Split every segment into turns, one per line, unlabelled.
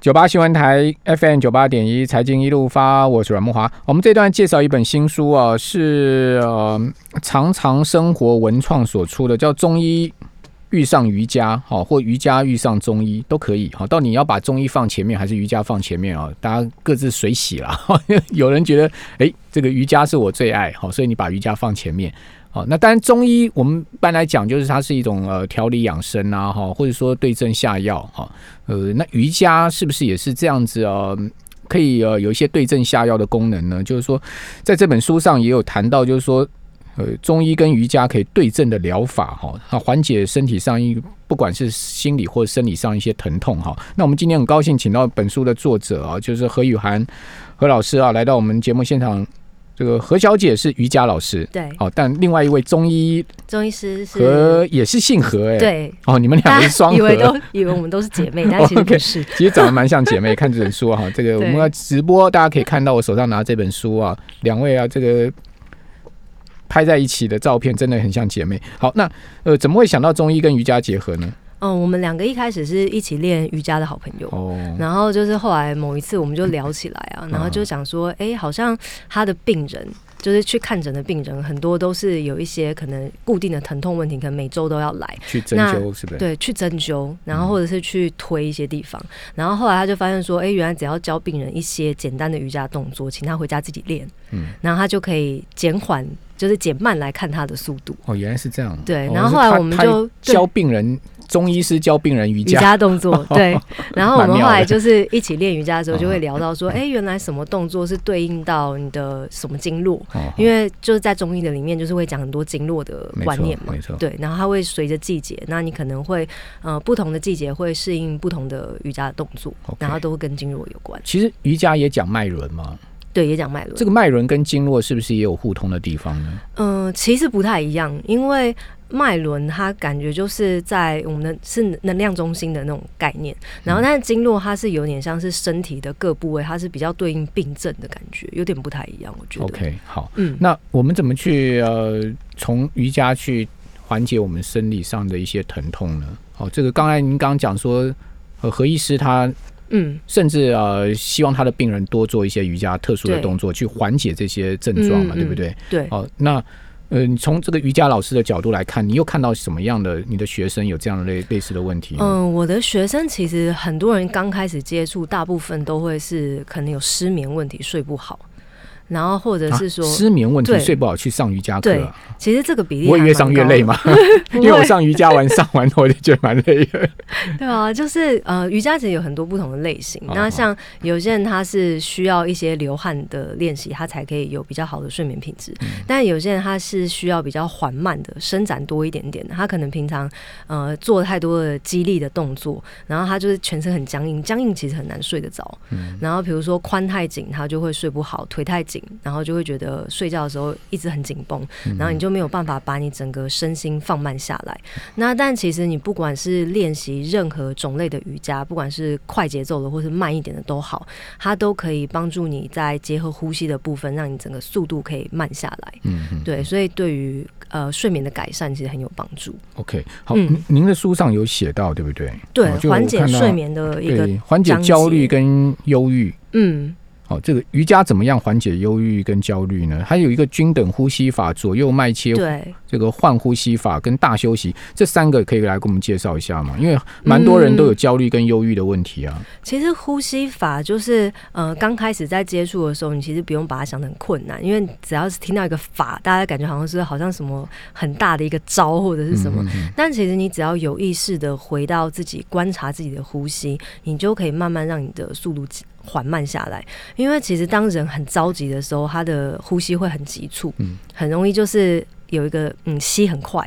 九八新闻台 FM 九八点一财经一路发，我是阮木华。我们这段介绍一本新书啊，是呃常常生活文创所出的，叫《中医遇上瑜伽》好，或瑜伽遇上中医都可以好。到底你要把中医放前面还是瑜伽放前面啊？大家各自随喜啦。 有人觉得诶、这个瑜伽是我最爱好，所以你把瑜伽放前面。好，那当然中医我们一般来讲就是它是一种呃调理养生啊哈，或者说对症下药哈。呃，那瑜伽是不是也是这样子啊？呃可以呃有一些对症下药的功能呢？就是说，在这本书上也有谈到，就是说，呃，中医跟瑜伽可以对症的疗法哈，啊，缓解身体上一不管是心理或生理上一些疼痛哈。那我们今天很高兴请到本书的作者啊，就是何雨涵何老师啊，来到我们节目现场。这个何小姐是瑜伽老师，
对，
哦，但另外一位中医
中医师是
何也是姓何哎、，
对，
哦，你们 两
大
个
家
是双
以为
何
都。以为我们都是 姐妹，但其实不是。
其实长得蛮像姐妹，看这本书啊哈、这个我
对
们要直播，大家可以看到我手上拿这本书啊，两位啊，这个拍在一起的照片真的很像姐妹。好，那呃，怎么会想到中医跟瑜伽结合呢？
嗯，我们两个一开始是一起练瑜伽的好朋友。
哦，
然后就是后来某一次我们就聊起来啊，然后
嗯
就想说，哎、好像他的病人就是去看诊的病人，很多都是有一些可能固定的疼痛问题，可能每周都要来，
去针
那
灸是不是？
对，去针灸，
嗯
然后或者是去推一些地方。然后后来他就发现说，哎、原来只要教病人一些简单的瑜伽动作，请他回家自己练，
嗯
然后他就可以减缓，就是减慢来看他的速度。
哦，原来是这样。
对
哦
然后
是
后来
他
我们
他
就对
教病人，中医师教病人瑜
瑜
伽。
伽动 作，对。然后我
蛮
们
妙
后来
的
就是一起练瑜伽的时 候，就
哦
会聊到说，哎、原来什么动作是对应到你的什么经络？
哦
因为就是在中医的里面，就是会讲很多经络的
没
观
错
念嘛
没错。
对，然后它会随着季节，那你可能会呃不同的季节会适应不同的瑜伽的动作
OK
然后都会跟经络有关。
其实瑜伽也讲脉轮嘛，
对，也讲脉轮
这。个脉轮跟经络是不是也有互通的地方呢？
嗯、其实不太一样，因为脉轮它感觉就是在我们的是能量中心的那种概念，
嗯
然后但是经络它是有点像是身体的各部位，它是比较对应病症的感觉，有点不太一样，我觉得。
OK，好，
嗯，
那我们怎么去呃，从瑜伽去缓解我们生理上的一些疼痛呢？好、这个刚才您刚刚讲说，呃，何医师他
嗯
甚至呃希望他的病人多做一些瑜伽特殊的
对
动作，去缓解这些症状嘛，
嗯嗯
对不对？
对，
好、那呃，你从这个瑜伽老师的角度来看，你又看到什么样的你的学生有这样的类类似的问题呢？
嗯，我的学生其实很多人刚开始接触，大部分都会是可能有失眠问题，睡不好，然后或者
啊
嗯是说，
失眠问题，
对
睡不好去上瑜伽课、
对
啊，
其实这个比例
不会
还
越上
蛮
越
高
累
的？
吗？
不
因为我
会
上瑜伽 完上完我就觉得蛮累的。
对啊，就是呃，瑜伽其实有很多不同的类型。
哦
那像有些人他是需要一些流汗的练习，他才可以有比较好的睡眠品质。但有些人他是需要比较缓慢的伸展多一点点的，他可能平常呃做太多的激励的动作，然后他就是全身很僵硬，僵硬其实很难睡得着。然后比如说髋太紧，他就会睡不好；腿太紧，然后就会觉得睡觉的时候一直很紧绷，然后你就没有办法把你整个身心放慢下来。那但其实你不管是练习任何种类的瑜伽，不管是快节奏的或是慢一点的都好，它都可以帮助你在结合呼吸的部分，让你整个速度可以慢下来。
嗯嗯。
对，所以对于呃睡眠的改善其实很有帮助，
OK，好，
嗯
您您的书上有写到，对不对？
对
哦就我
缓解
看到
睡眠的一个
对缓解
章
焦虑
节
跟忧郁。
嗯
好、这个瑜伽怎么样缓解忧郁跟焦虑呢？它有一个均等呼吸法、左右脉切、
对
这个换呼吸法跟大休息，这三个可以来给我们介绍一下吗？因为蛮多人都
嗯
有焦虑跟忧郁的问题啊。
其实呼吸法就是，呃，刚开始在接触的时候，你其实不用把它想得很困难，因为只要是听到一个法，大家感觉好像是好像什么很大的一个招或者是
嗯
什么，但其实你只要有意识的回到自己，观察自己的呼吸，你就可以慢慢让你的速度缓慢下来。因为其实当人很着急的时候，他的呼吸会很急促，
嗯
很容易就是有一个嗯吸很快，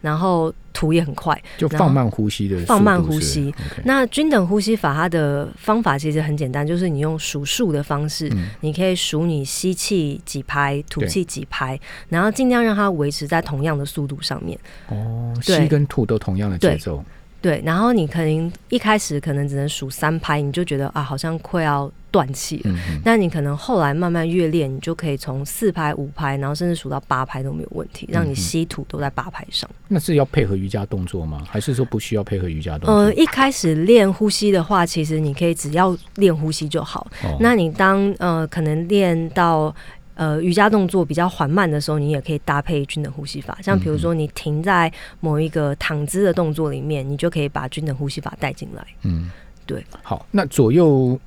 然后吐也很快。
就放慢呼吸的速度是，
放慢呼吸嗯
OK。
那均等呼吸法它的方法其实很简单，就是你用数数的方式，
嗯
你可以数你吸气几拍，吐
对
气几拍，然后尽量让它维持在同样的速度上面。
哦，
对
吸跟吐都同样的节奏。
对，然后你可能一开始可能只能数三拍，你就觉得啊，好像快要断气了。
嗯嗯
那你可能后来慢慢越练，你就可以从四拍、五拍，然后甚至数到八拍都没有问题，
嗯
让你吸吐都在八拍上。
那是要配合瑜伽动作吗？还是说不需要配合瑜伽动
呃，
作？
一开始练呼吸的话，其实你可以只要练呼吸就好。
哦
那你当呃可能练到呃瑜伽动作比较缓慢的时候，你也可以搭配均等呼吸法。像
嗯
比如说你停在某一个躺姿的动作里面，你就可以把均等呼吸法带进来。
嗯，
对，
好，那左右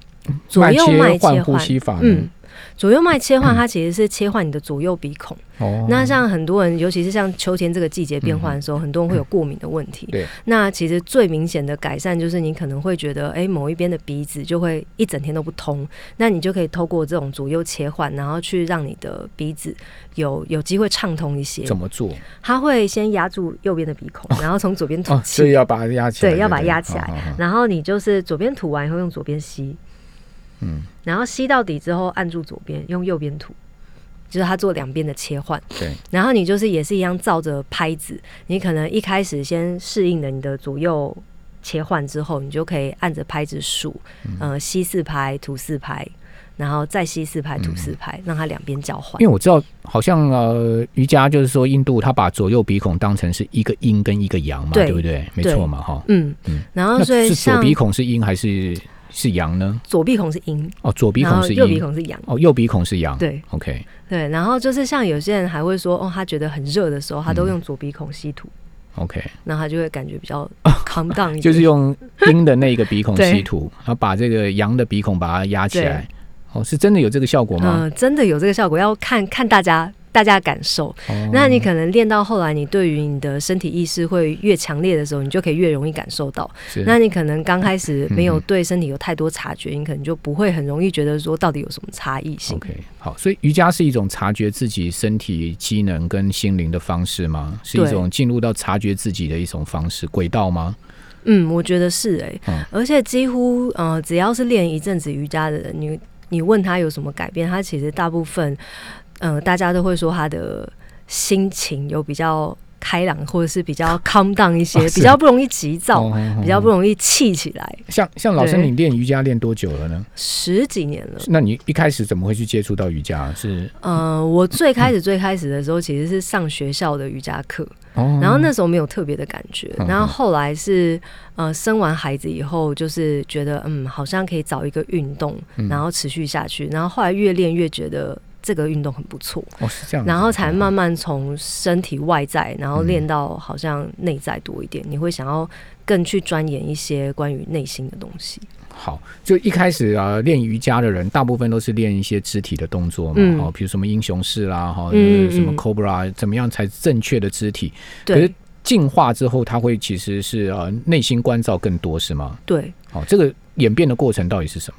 左右
慢
脉
切换
切
呼
换，
吸法呢，
嗯，左右脉切换它其实是切换你的左右鼻孔。
哦，
那像很多人，尤其是像秋天这个季节变换的时候，很多人会有过敏的问题。
对，
那其实最明显的改善就是你可能会觉得，哎、某一边的鼻子就会一整天都不通，那你就可以透过这种左右切换，然后去让你的鼻子有有机会畅通一些。
怎么做？
它会先压住右边的鼻孔，然后从左边吐
哦，所以
气，
要把它压起来，
对要把它压起来
好好好
然后你就是左边吐完以后用左边吸，
嗯，
然后吸到底之后按住左边，用右边吐，就是它做两边的切换。
对，
然后你就是也是一样照着拍子，你可能一开始先适应了你的左右切换之后，你就可以按着拍子数，
嗯
呃，吸四拍，吐四拍，然后再吸四拍，
嗯
吐四拍，让它两边交换
因为。我知道，好像呃，瑜伽就是说印度，他把左右鼻孔当成是一个阴跟一个阳嘛，
对
对不对？没错嘛，哈。
嗯
嗯，
然后
那
所以
是左
像
鼻孔是阴还是是阳呢？
左鼻孔是阴，
哦，左鼻
然
孔
后
是
右鼻
阴，
孔是阳。
哦，右鼻孔是阳。
对
，OK，
对，然后就是像有些人还会说，哦，他觉得很热的时候，他
嗯
都用左鼻孔吸吐，
OK，
那他就会感觉比较 calm down
哦
一点。
就是用阴的那个鼻孔
对
吸吐，然后把这个阳的鼻孔把它压起
对
来。哦，是真的有这个效果吗？
嗯，真的有这个效果，要看看大家大家的感受。
哦
呃那你可能练到后来，你对于你的身体意识会越强烈的时候，你就可以越容易感受到。
是
那你可能刚开始没有
嗯
对身体有太多察觉，你可能就不会很容易觉得说到底有什么差异性。
OK，好，所以瑜伽是一种察觉自己身体机能跟心灵的方式吗？是一
对
种进入到察觉自己的一种方式轨道吗？
嗯，我觉得是哎、
嗯
而且几乎呃，只要是练一阵子瑜伽的人，你你问他有什么改变，他其实大部分呃，大家都会说他的心情有比较开朗，或者是比 较 calm down 一些，
哦是
比较不容易急躁，
哦哦哦
比较不容易气起来。
像像老师，
对
你练瑜伽练多久了呢？
十几年了，
那你一开始怎么会去接触到瑜伽？是
呃，我最开
嗯
始最开始的时候其实是上学校的瑜伽课，
哦，
然后那时候没有特别的感觉，
嗯
然后后来是呃生完孩子以后，就是觉得嗯好像可以找一个运动，
嗯
然后持续下去，然后后来越练越觉得这个运动很不错，
哦是这样子，
然后才慢
哦
慢从身体外在，然后
嗯
练到好像内在多一点，你会想要更去钻研一些关于内心的东西。
好。就一开始啊，练瑜伽的人大部分都是练一些肢体的动作嘛，
嗯
哦，比如什么英雄式啦，哈、
嗯
呃什么
嗯
cobra，怎么样才是正确的肢体？可是
对
进化之后，它会其实是呃内心关照更多，是吗？
对，
哦，这个演变的过程到底是什么？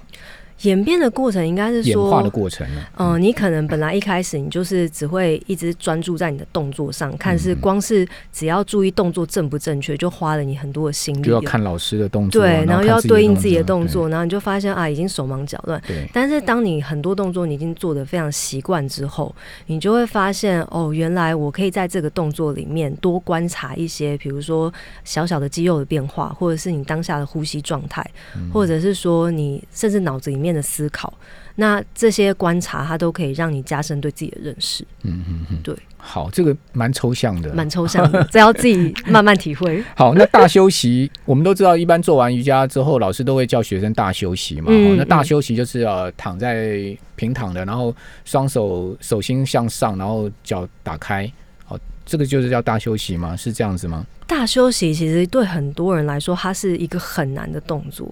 演变的过程应该是
演
说
化的过程呢？
嗯、你可能本来一开始你就是只会一直专注在你的动作上，看是光是只要注意动作正不正确，就花了你很多的心力
就要
了。
看老师的动作，啊
对，然后
后
又要对应自己的动
作，
作，然后你就发现啊，已经手忙脚乱。
对，对
但是当你很多动作你已经做得非常习惯之后，你就会发现哦，原来我可以在这个动作里面多观察一些，比如说小小的肌肉的变化，或者是你当下的呼吸状态，
嗯
或者是说你甚至脑子里面的思考。那这些观察，它都可以让你加深对自己的认识，
嗯嗯嗯，
对，
好，这个蛮抽象的，
蛮抽 象的，这要自己慢慢体会。
好，那大休息，我们都知道，一般做完瑜伽之后，老师都会叫学生大休息嘛。
嗯
哦那大
嗯
休息就是呃，躺在平躺的，然后双手手心向上，然后脚打开。好，这个就是叫大休息吗？是这样子吗？
大休息其实对很多人来说，它是一个很难的动作，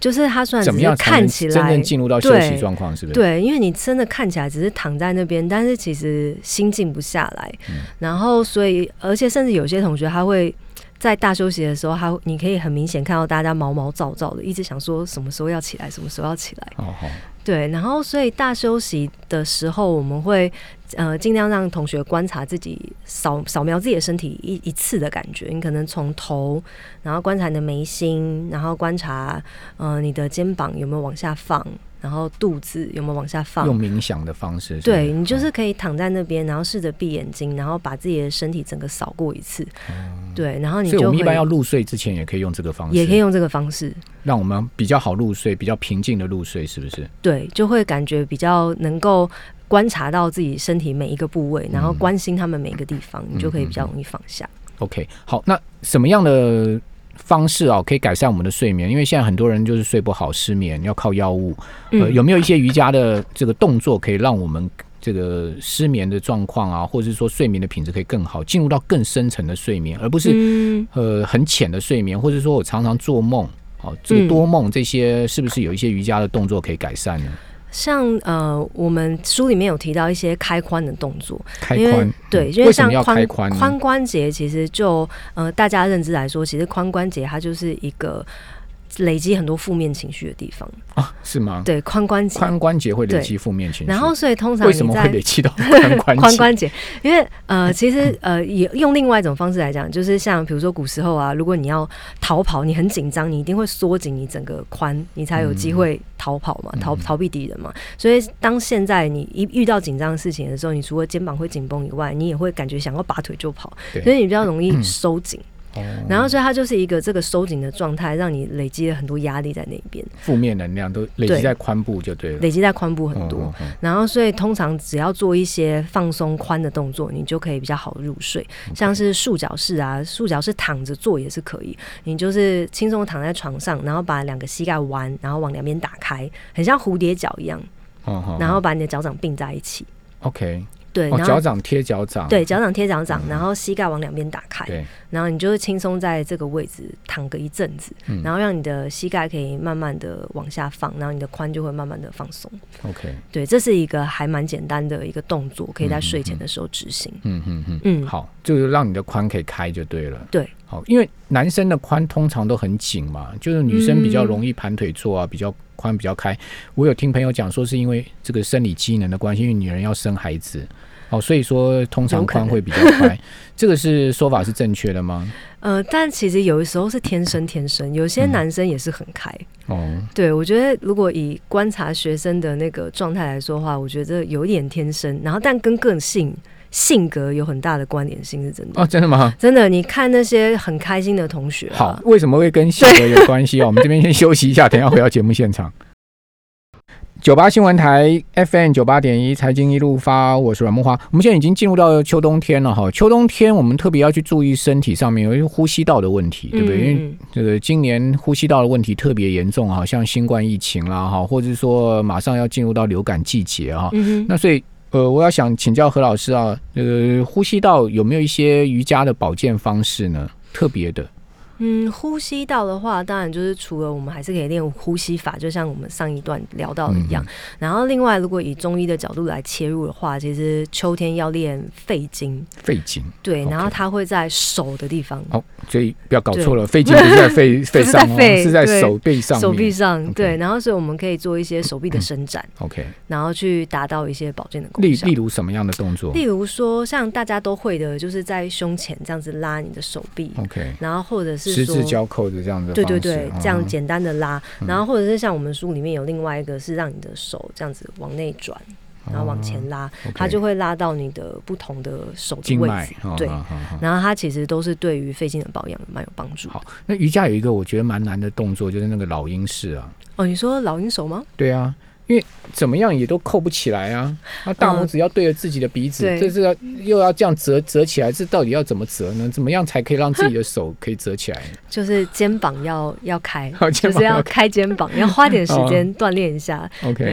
就是它虽然
怎
只
么
是
样才
看
能
起
真
来
正进入到休息
对
状况？是不是？
对，因为你真的看起来只是躺在那边，但是其实心静不下来。然后，所以而且甚至有些同学他会在大休息的时候，他你可以很明显看到大家毛毛躁躁的，一直想说什么时候要起来，什么时候要起来。
哦，好，
对，然后所以大休息的时候，我们会呃尽量让同学观察自己扫扫描自己的身体一一次的感觉。你可能从头，然后观察你的眉心，然后观察呃你的肩膀有没有往下放，然后肚子有没有往下放，
用嗯冥想的方式是不是，
对你就是可以躺在那边，然后试着闭眼睛，然后把自己的身体整个扫过一次，对，然后你
哦所以我
就
们一般要
会
入睡之前也可以用这个方式，
也可以用这个方式，
让我们比较好入睡，比较平静的入睡，是不是？
对，就会感觉比较能够观察到自己身体每一个部位，然后关心他们每一个地方，你就可以比较容易放下。
OK，好，那什么样的方式啊可以改善我们的睡眠？因为现在很多人就是睡不好、失眠，要靠药物。呃，
嗯
有没有一些瑜伽的这个动作可以让我们这个失眠的状况啊，或者是说睡眠的品质可以更好，进入到更深层的睡眠，而不是、
嗯，
呃很浅的睡眠，或者说我常常做梦。哦，这个
嗯
多梦这些是不是有一些瑜伽的动作可以改善呢？
像呃，我们书里面有提到一些开髋的动作，
开
因为
髋，
对，
嗯
因
为什
像
么要开
髋
髋呢？
髋关节其实就呃大家认知来说，其实髋关节它就是一个累积很多负面情绪的地方。
啊，是吗？
对，髋关节。
髋关节会累
对
积负面情绪，
然后，所以通常
为什
你
么
在
会累积到 髋关节？
髋关节， 因为
嗯
呃，其实呃，也用另外一种方式来讲，就是像比如说古时候啊，如果你要逃跑，你很紧张，你一定会缩紧你整个髋，你才有
嗯
机会逃跑嘛，逃逃避敌人嘛。所以当现在你一遇到紧张的事情的时候，你除了肩膀会紧绷以外，你也会感觉想要拔腿就跑
对，嗯
所以你比较容易收紧。
哦
然后所以它就是一个这个收紧的状态，让你累积了很多压力在那边，
负面能量都累积
对
在髋部就对了，
累积在髋部很多。
嗯嗯嗯
然后，所以通常只要做一些放松髋的动作，你就可以比较好入睡。像是束脚式啊，束脚式躺着做也是可以。你就是轻松地躺在床上，然后把两个膝盖弯，然后往两边打开，很像蝴蝶脚一样，
嗯嗯
然后把你的脚掌并在一起。
OK，
对，
哦，
然
脚
后
掌贴脚掌，
对脚掌贴脚掌，然后膝盖往两边打开，
对，
然后你就是轻松在这个位置躺个一阵子，
嗯
然后让你的膝盖可以慢慢的往下放，然后你的髋就会慢慢的放松。
OK，
对，这是一个还蛮简单的一个动作，可以在睡前的时候执行。
嗯嗯嗯，
嗯，
好，就是让你的髋可以开就对了。
对，嗯
好，因为男生的髋通常都很紧嘛，就是女生比较容易盘腿坐啊，比较髋比较开。我有听朋友讲说，是因为这个生理机能的关系，因为女人要生孩子。哦，所以说通常
有可
髋
能
会比较开，这个是说法是正确的 吗？
呃，但其实有的时候是天生天生，有
嗯
些男生也是很开。
哦，
对我觉得，如果以观察学生的那个状态来说的话，我觉得有一点天生，然后但跟个性性格有很大的关联性，是真的。
哦，真的吗？
真的，你看那些很开心的同学、啊，
好，为什么会跟性格有关系啊？我们这边先休息一下，等一下回到节目现场。九八新闻台 FM 九八点一财经一路发，我是阮梦花。我们现在已经进入到秋冬天了哈，秋冬天我们特别要去注意身体上面有一些呼吸道的问题，对不对？因为
嗯
这个今年呼吸道的问题特别严重啊，像新冠疫情啦哈，或者说马上要进入到流感季节啊，
嗯哼，
那所以，呃，我要想请教何老师啊，呃，呼吸道有没有一些瑜伽的保健方式呢？特别的，
嗯，呼吸道的话，当然就是除了我们还是可以练呼吸法，就像我们上一段聊到的一
嗯
样。然后另外，如果以中医的角度来切入的话，其实秋天要练肺经，
肺经。
对，
OK
然后它会在手的地方，
哦，所以不要搞错了，肺经不是在 肺肺上哦，
不是在肺
是在
对
手背上面。
手臂上
OK
对，然后所以我们可以做一些手臂的伸展，
OK，
然后去达到一些保健的功
例
效
例。如什么样的动作
例如说，像大家都会的，就是在胸前这样子拉你的手臂，
？OK，
然后或者是
哦十
说
字交扣的这样的
对
方
对
式。嗯
对，这样简单的拉，然后或者是像我们书里面有另外一个是让你的手这样子往内转，
哦
然后往前拉，
嗯，
它
OK
就会拉到你的不同的手的
经
位
脉
置。。
哦
对
好好好
然后它其实都是对于肺经的保养蛮有帮助的。
好那瑜伽有一个我觉得蛮难的动作，就是那个老鹰式啊。
哦，你说老鹰手吗？
对啊，因为怎么样也都扣不起来啊。那大拇指要对着自己的鼻子，
嗯对
这是要又要这样折折起来，这到底要怎么折呢？怎么样才可以让自己的手可以折起来？
就是肩膀 要要开
好，
就
哦肩
是
膀
要
要哦
开肩 膀，要花点时间锻炼一下。
OK，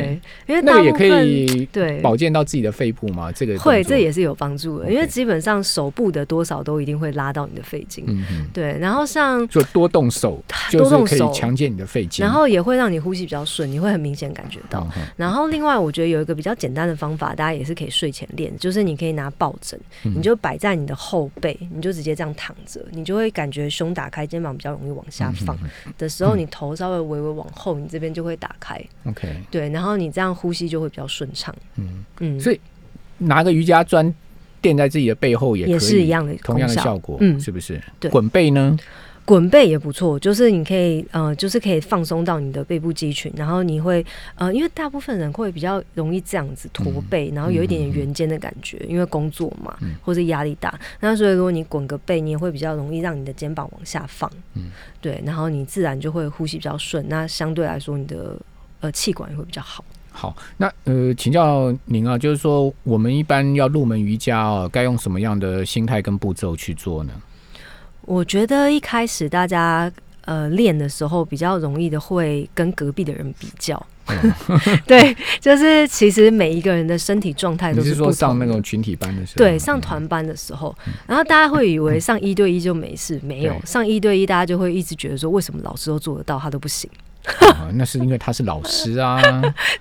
对，因为
那
大
个也
部
可
分
以
对
保健到自己的肺部吗？这个动
会，
作
这也是有帮助的，因为
OK
基本上手部的多少都一定会拉到你的肺经。
嗯嗯，
对，然后像
就多动手，就
多动
是可
手
以强健你的肺经。
然后也会让你呼吸比较顺，你会很明显感觉到。
嗯哼
然后另外，我觉得有一个比较简单的方法，大家也是可以睡前练，就是你可以拿抱枕，
嗯
你就摆在你的后背，你就直接这样躺着，你就会感觉胸打开，肩膀比较容易往下
嗯
放的时候，你头稍微微微往后，你这边就会打开，
OK，
对，然后你这样呼吸就会比较顺畅。
嗯
嗯，
所以拿个瑜伽砖垫在自己的背后也可以
也是一样的
同样的
功效
效果，
嗯
是不是？
对
滚背呢？
滚背也不错，就是你可以呃，就是可以放松到你的背部肌群，然后你会呃，因为大部分人会比较容易这样子驼背，然后有一点点圆肩的感觉，因为工作嘛
嗯
或者压力大，那所以如果你滚个背，你也会比较容易让你的肩膀往下放，
嗯
对，然后你自然就会呼吸比较顺，那相对来说你的呃气管也会比较好。
好，那呃，请教您啊，就是说我们一般要入门瑜伽哦，该用什么样的心态跟步骤去做呢？
我觉得一开始大家呃练的时候，比较容易的会跟隔壁的人比较。
嗯
对，就是其实每一个人的身体状态
你
哎都
是
不同
说
的。
上那个群体班的时候？啊
对上团班的时候，然后大家会以为上一对一就没事，没有
嗯对
上一对一，大家就会一直觉得说，为什么老师都做得到，他都不 行？
啊那是因为他是老师啊，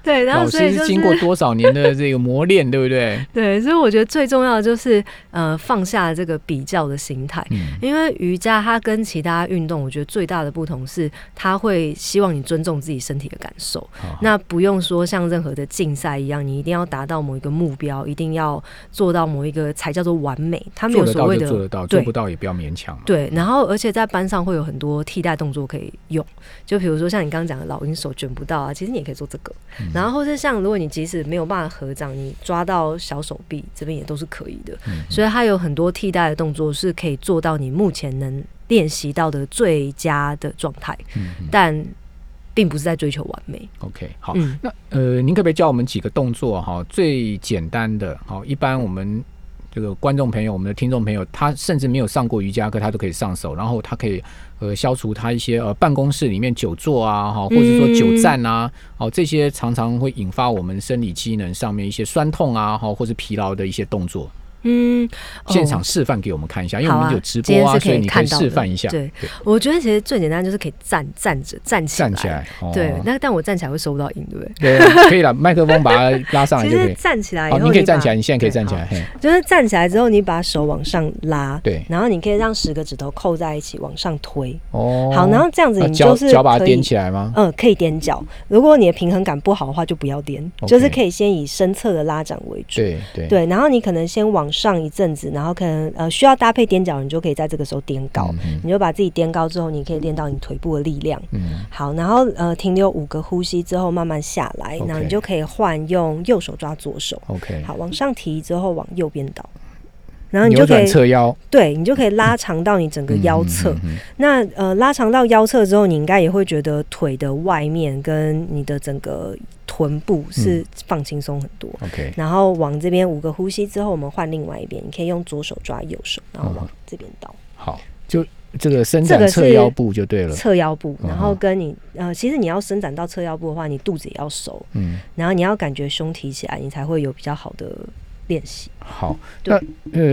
对， 然
老
后所以
师
就是
经过多少年的这个磨练，对不对？
对，所以我觉得最重要的就是呃放下这个比较的心态。
嗯，
因为瑜伽它跟其他运动，我觉得最大的不同是，它会希望你尊重自己身体的感受。
好，
那不用说像任何的竞赛一样，你一定要达到某一个目标，一定要做到某一个才叫做完美。它没
做
有
得
所
到
谓
就
的
做得到，
对
做不到也不要勉强嘛。
对，然后而且在班上会有很多替代动作可以用，就比如说像你刚刚讲的老鹰手卷不到啊，其实你也可以做这个。
嗯
然后或是像如果你即使没有办法合掌，你抓到小手臂这边也都是可以的。
嗯
所以它有很多替代的动作是可以做到你目前能练习到的最佳的状态，
嗯嗯
但并不是在追求完美。
，OK，好。
嗯，
那呃，您可不可以教我们几个动作哈？最简单的，好，一般我们这个观众朋友、我们的听众朋友，他甚至没有上过瑜伽课，他都可以上手，然后他可以呃消除他一些呃办公室里面久坐啊，哈，
嗯
或者说久站啊，哦、这些常常会引发我们生理机能上面一些酸痛啊，哈，或是疲劳的一些动作。
嗯，哦
现场示范给我们看一下，因为
好
我们
啊
有直
今
播
天
啊，
是可以
所以你可以
看到的
示范一下，
对，我觉得其实最简单就是可以站站着站起来。
站起来，哦
对，那但我站起来会收不到音，对不对？
对，可以了， 麦克风把它拉上来
其
就可
实
以。
站起来以
好，
后，
你可以站起来，
把
你现在可以
对
站起
好
来，嘿，
就是站起来之后，你把手往上拉，
对，
然后你可以让十个指头扣在一起往上推。
哦，
好，然后这样子
那
你
脚
就是
脚把它
可以
踮，起来吗？
嗯，可以踮脚。如果你的平衡感不好的话，就不要踮，
OK
就是可以先以身侧的拉掌为主。
对对，
呃对，然后你可能先往上一阵子，然后可能呃需要搭配踮脚，你就可以在这个时候踮高，
嗯
你就把自己踮高之后，你可以练到你腿部的力量。
嗯，
好，然后呃停留五个呼吸之后慢慢下来，
OK
那你就可以换用右手抓左手，
，OK，
好往上提之后往右边倒，然后你
扭
就可
转
以
侧腰，
对你就可以拉长到你整个腰侧。
嗯，嗯嗯
那呃拉长到腰侧之后，你应该也会觉得腿的外面跟你的整个臀部是放轻松很多。
嗯 OK，
然后往这边五个呼吸之后，我们换另外一边，你可以用左手抓右手，然后往这边倒。
好，就这个伸
这
展
个
侧
是
腰部就对了，
侧腰部，
嗯
然后跟你呃，其实你要伸展到侧腰部的话，你肚子也要收，
嗯，
然后你要感觉胸提起来，你才会有比较好的练习。
好，那
对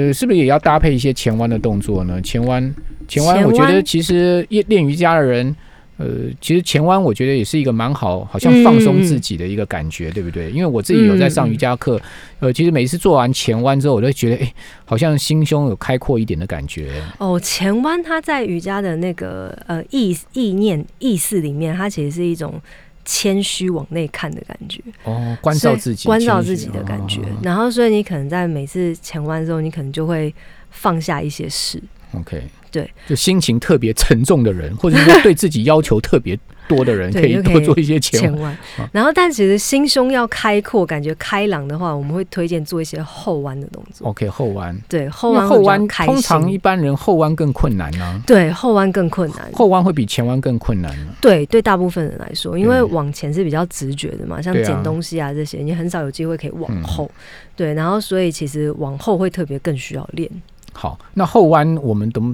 呃，是不是也要搭配一些前弯的动作呢？前弯，前弯，
前
我觉得
弯
其实练练瑜伽的人，呃，其实前弯我觉得也是一个蛮好，好像放松自己的一个感觉，
嗯
对不对？因为我自己有在上瑜伽课，呃，其实每一次做完前弯之后，我都觉得，哎，好像心胸有开阔一点的感觉。
哦，前弯它在瑜伽的那个呃意意念意识里面，它其实是一种谦虚往内看的感觉，
哦，关照
所以
自己，
关照
谦虚
自己的感觉。
哦
然后，所以你可能在每次前弯的时候，你可能就会放下一些事。
哦 OK，
对，
就心情特别沉重的人，或者是说对自己要求特别多的人，
对
可以
就可
多
以
做一些前
前
弯。
弯
啊，
然后但其实心胸要开阔，感觉开朗的话，我们会推荐做一些后弯的动作。
OK，后弯。
对，后
哦因为
弯
后
会比较
弯
开
通常
心
一般人后弯更困难呢、
对后弯更困难。
后弯会比前弯更困难、啊。
对，对大部分人来说，因为
对
往前是比较直觉的嘛，像
嗯对啊
捡东西啊这些，你很少有机会可以
嗯
往后。对，然后所以其实往后会特别更需要练。
好，那后弯我们怎么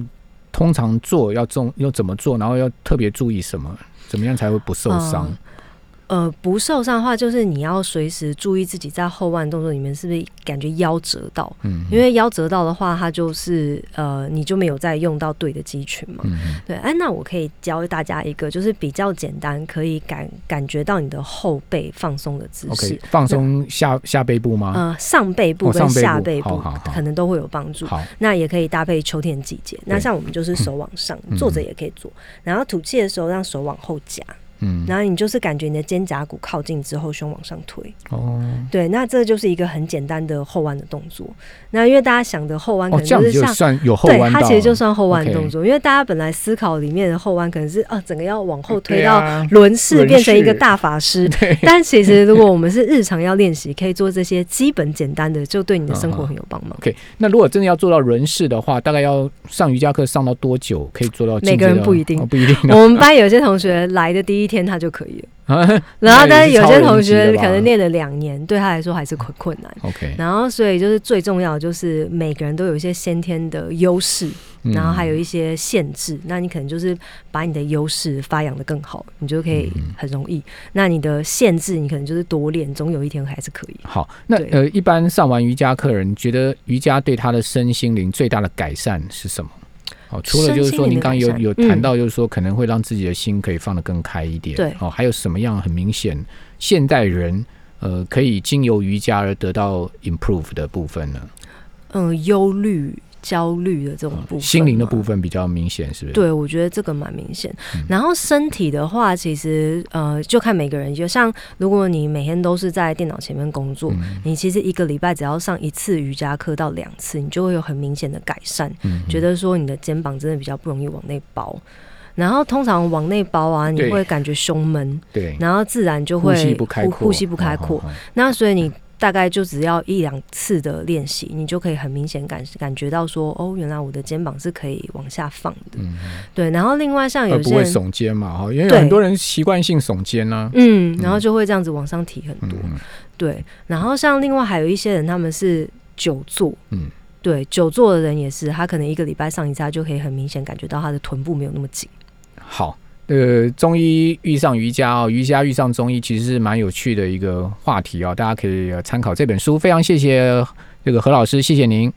通常做要重要怎么做，然后要特别注意什么，怎么样才会不受伤？
呃，不受伤的话，就是你要随时注意自己在后腕动作里面是不是感觉腰折到，
嗯，
因为腰折到的话，它就是呃，你就没有再用到对的肌群嘛。
嗯
对，哎、那我可以教大家一个，就是比较简单，可以感感觉到你的后背放松的姿势。
，OK，放松下下背部吗？
呃，上背部
哦上
跟
背部
下背
好
部
好好
可能都会有帮助。
好，
那也可以搭配秋天季节。那像我们就是手往上，
嗯
坐着也可以做，然后吐气的时候让手往后夹，
嗯，
然后你就是感觉你的肩胛骨靠近之后，胸往上推。
哦，
对，那这就是一个很简单的后弯的动作。那因为大家想的后弯可
哦，
能
这样
就
子
是
就
像，
算有后
对，
弯
它
道
其实就
了，
算后弯的
OK
动作，因为大家本来思考里面的后弯可能是啊，整个要往后推
对
到
啊
轮式
轮
变成一个
式
大法师。
对，
但其实如果我们是日常要练习，可以做这些基本简单的，就对你的生
嗯
活很有帮忙。
OK，那如果真的要做到人事的话，大概要上瑜伽课上到多久可以做到进阶
每
的？
个人不一定
哦不一定啊。
我们班有些同学来的第一天他就可以了，
那
然后但
也
是
是超
有些
人
同
级的
学
吧
可能练了两年，对他来说还是很困难。
OK，
然后，所以就是最重要的就是每个人都有一些先天的优势，
嗯
然后还有一些限制。那你可能就是把你的优势发扬的更好，你就可以
嗯
很容易。那你的限制，你可能就是多练，总有一天还是可以。
好，那
对
呃，一般上完瑜伽课的人，觉得瑜伽对他的身心灵最大的改善是什么？好，除了就是
身心
说
灵
您
的
刚刚
改
有
善
有谈
嗯
到，就是说可能会让自己的心可以放得更开一点。
对
哦，还有什么样很明显现代人呃可以经由瑜伽而得到 improve 的部分呢？
嗯，忧虑、焦虑的这种部分嘛，
心灵的部分比较明显，是不是？
对，我觉得这个蛮明显。然后身体的话，其实呃，就看每个人。就像如果你每天都是在电脑前面工作，
嗯，
你其实一个礼拜只要上一次瑜伽课到两次，你就会有很明显的改善，
嗯
觉得说你的肩膀真的比较不容易往内包。然后通常往内包啊，你
对
会感觉胸闷，
对，
然后自然就
呼
会
吸不开
呼
阔，
呼吸不开
哦
阔。
哦哦
那所以你大概就只要一两次的练习，你就可以很明显感感觉到说，哦，原来我的肩膀是可以往下放的。
嗯
对，然后另外像
而
有
不
些
会
人，
耸肩嘛，哦哈，因为有
对
很多人习惯性耸肩呢、
嗯，然后就会这样子往上提很多。
嗯
对，然后像另外还有一些人，他们是久坐，
嗯
嗯，对，久坐的人也是，他可能一个礼拜上一次，他就可以很明显感觉到他的臀部没有那么紧。
好，呃，中医遇上瑜伽哦，瑜伽遇上中医其实是蛮有趣的一个啊话题哦，大家可以呃参考这本书。非常谢谢这个何老师，谢谢您。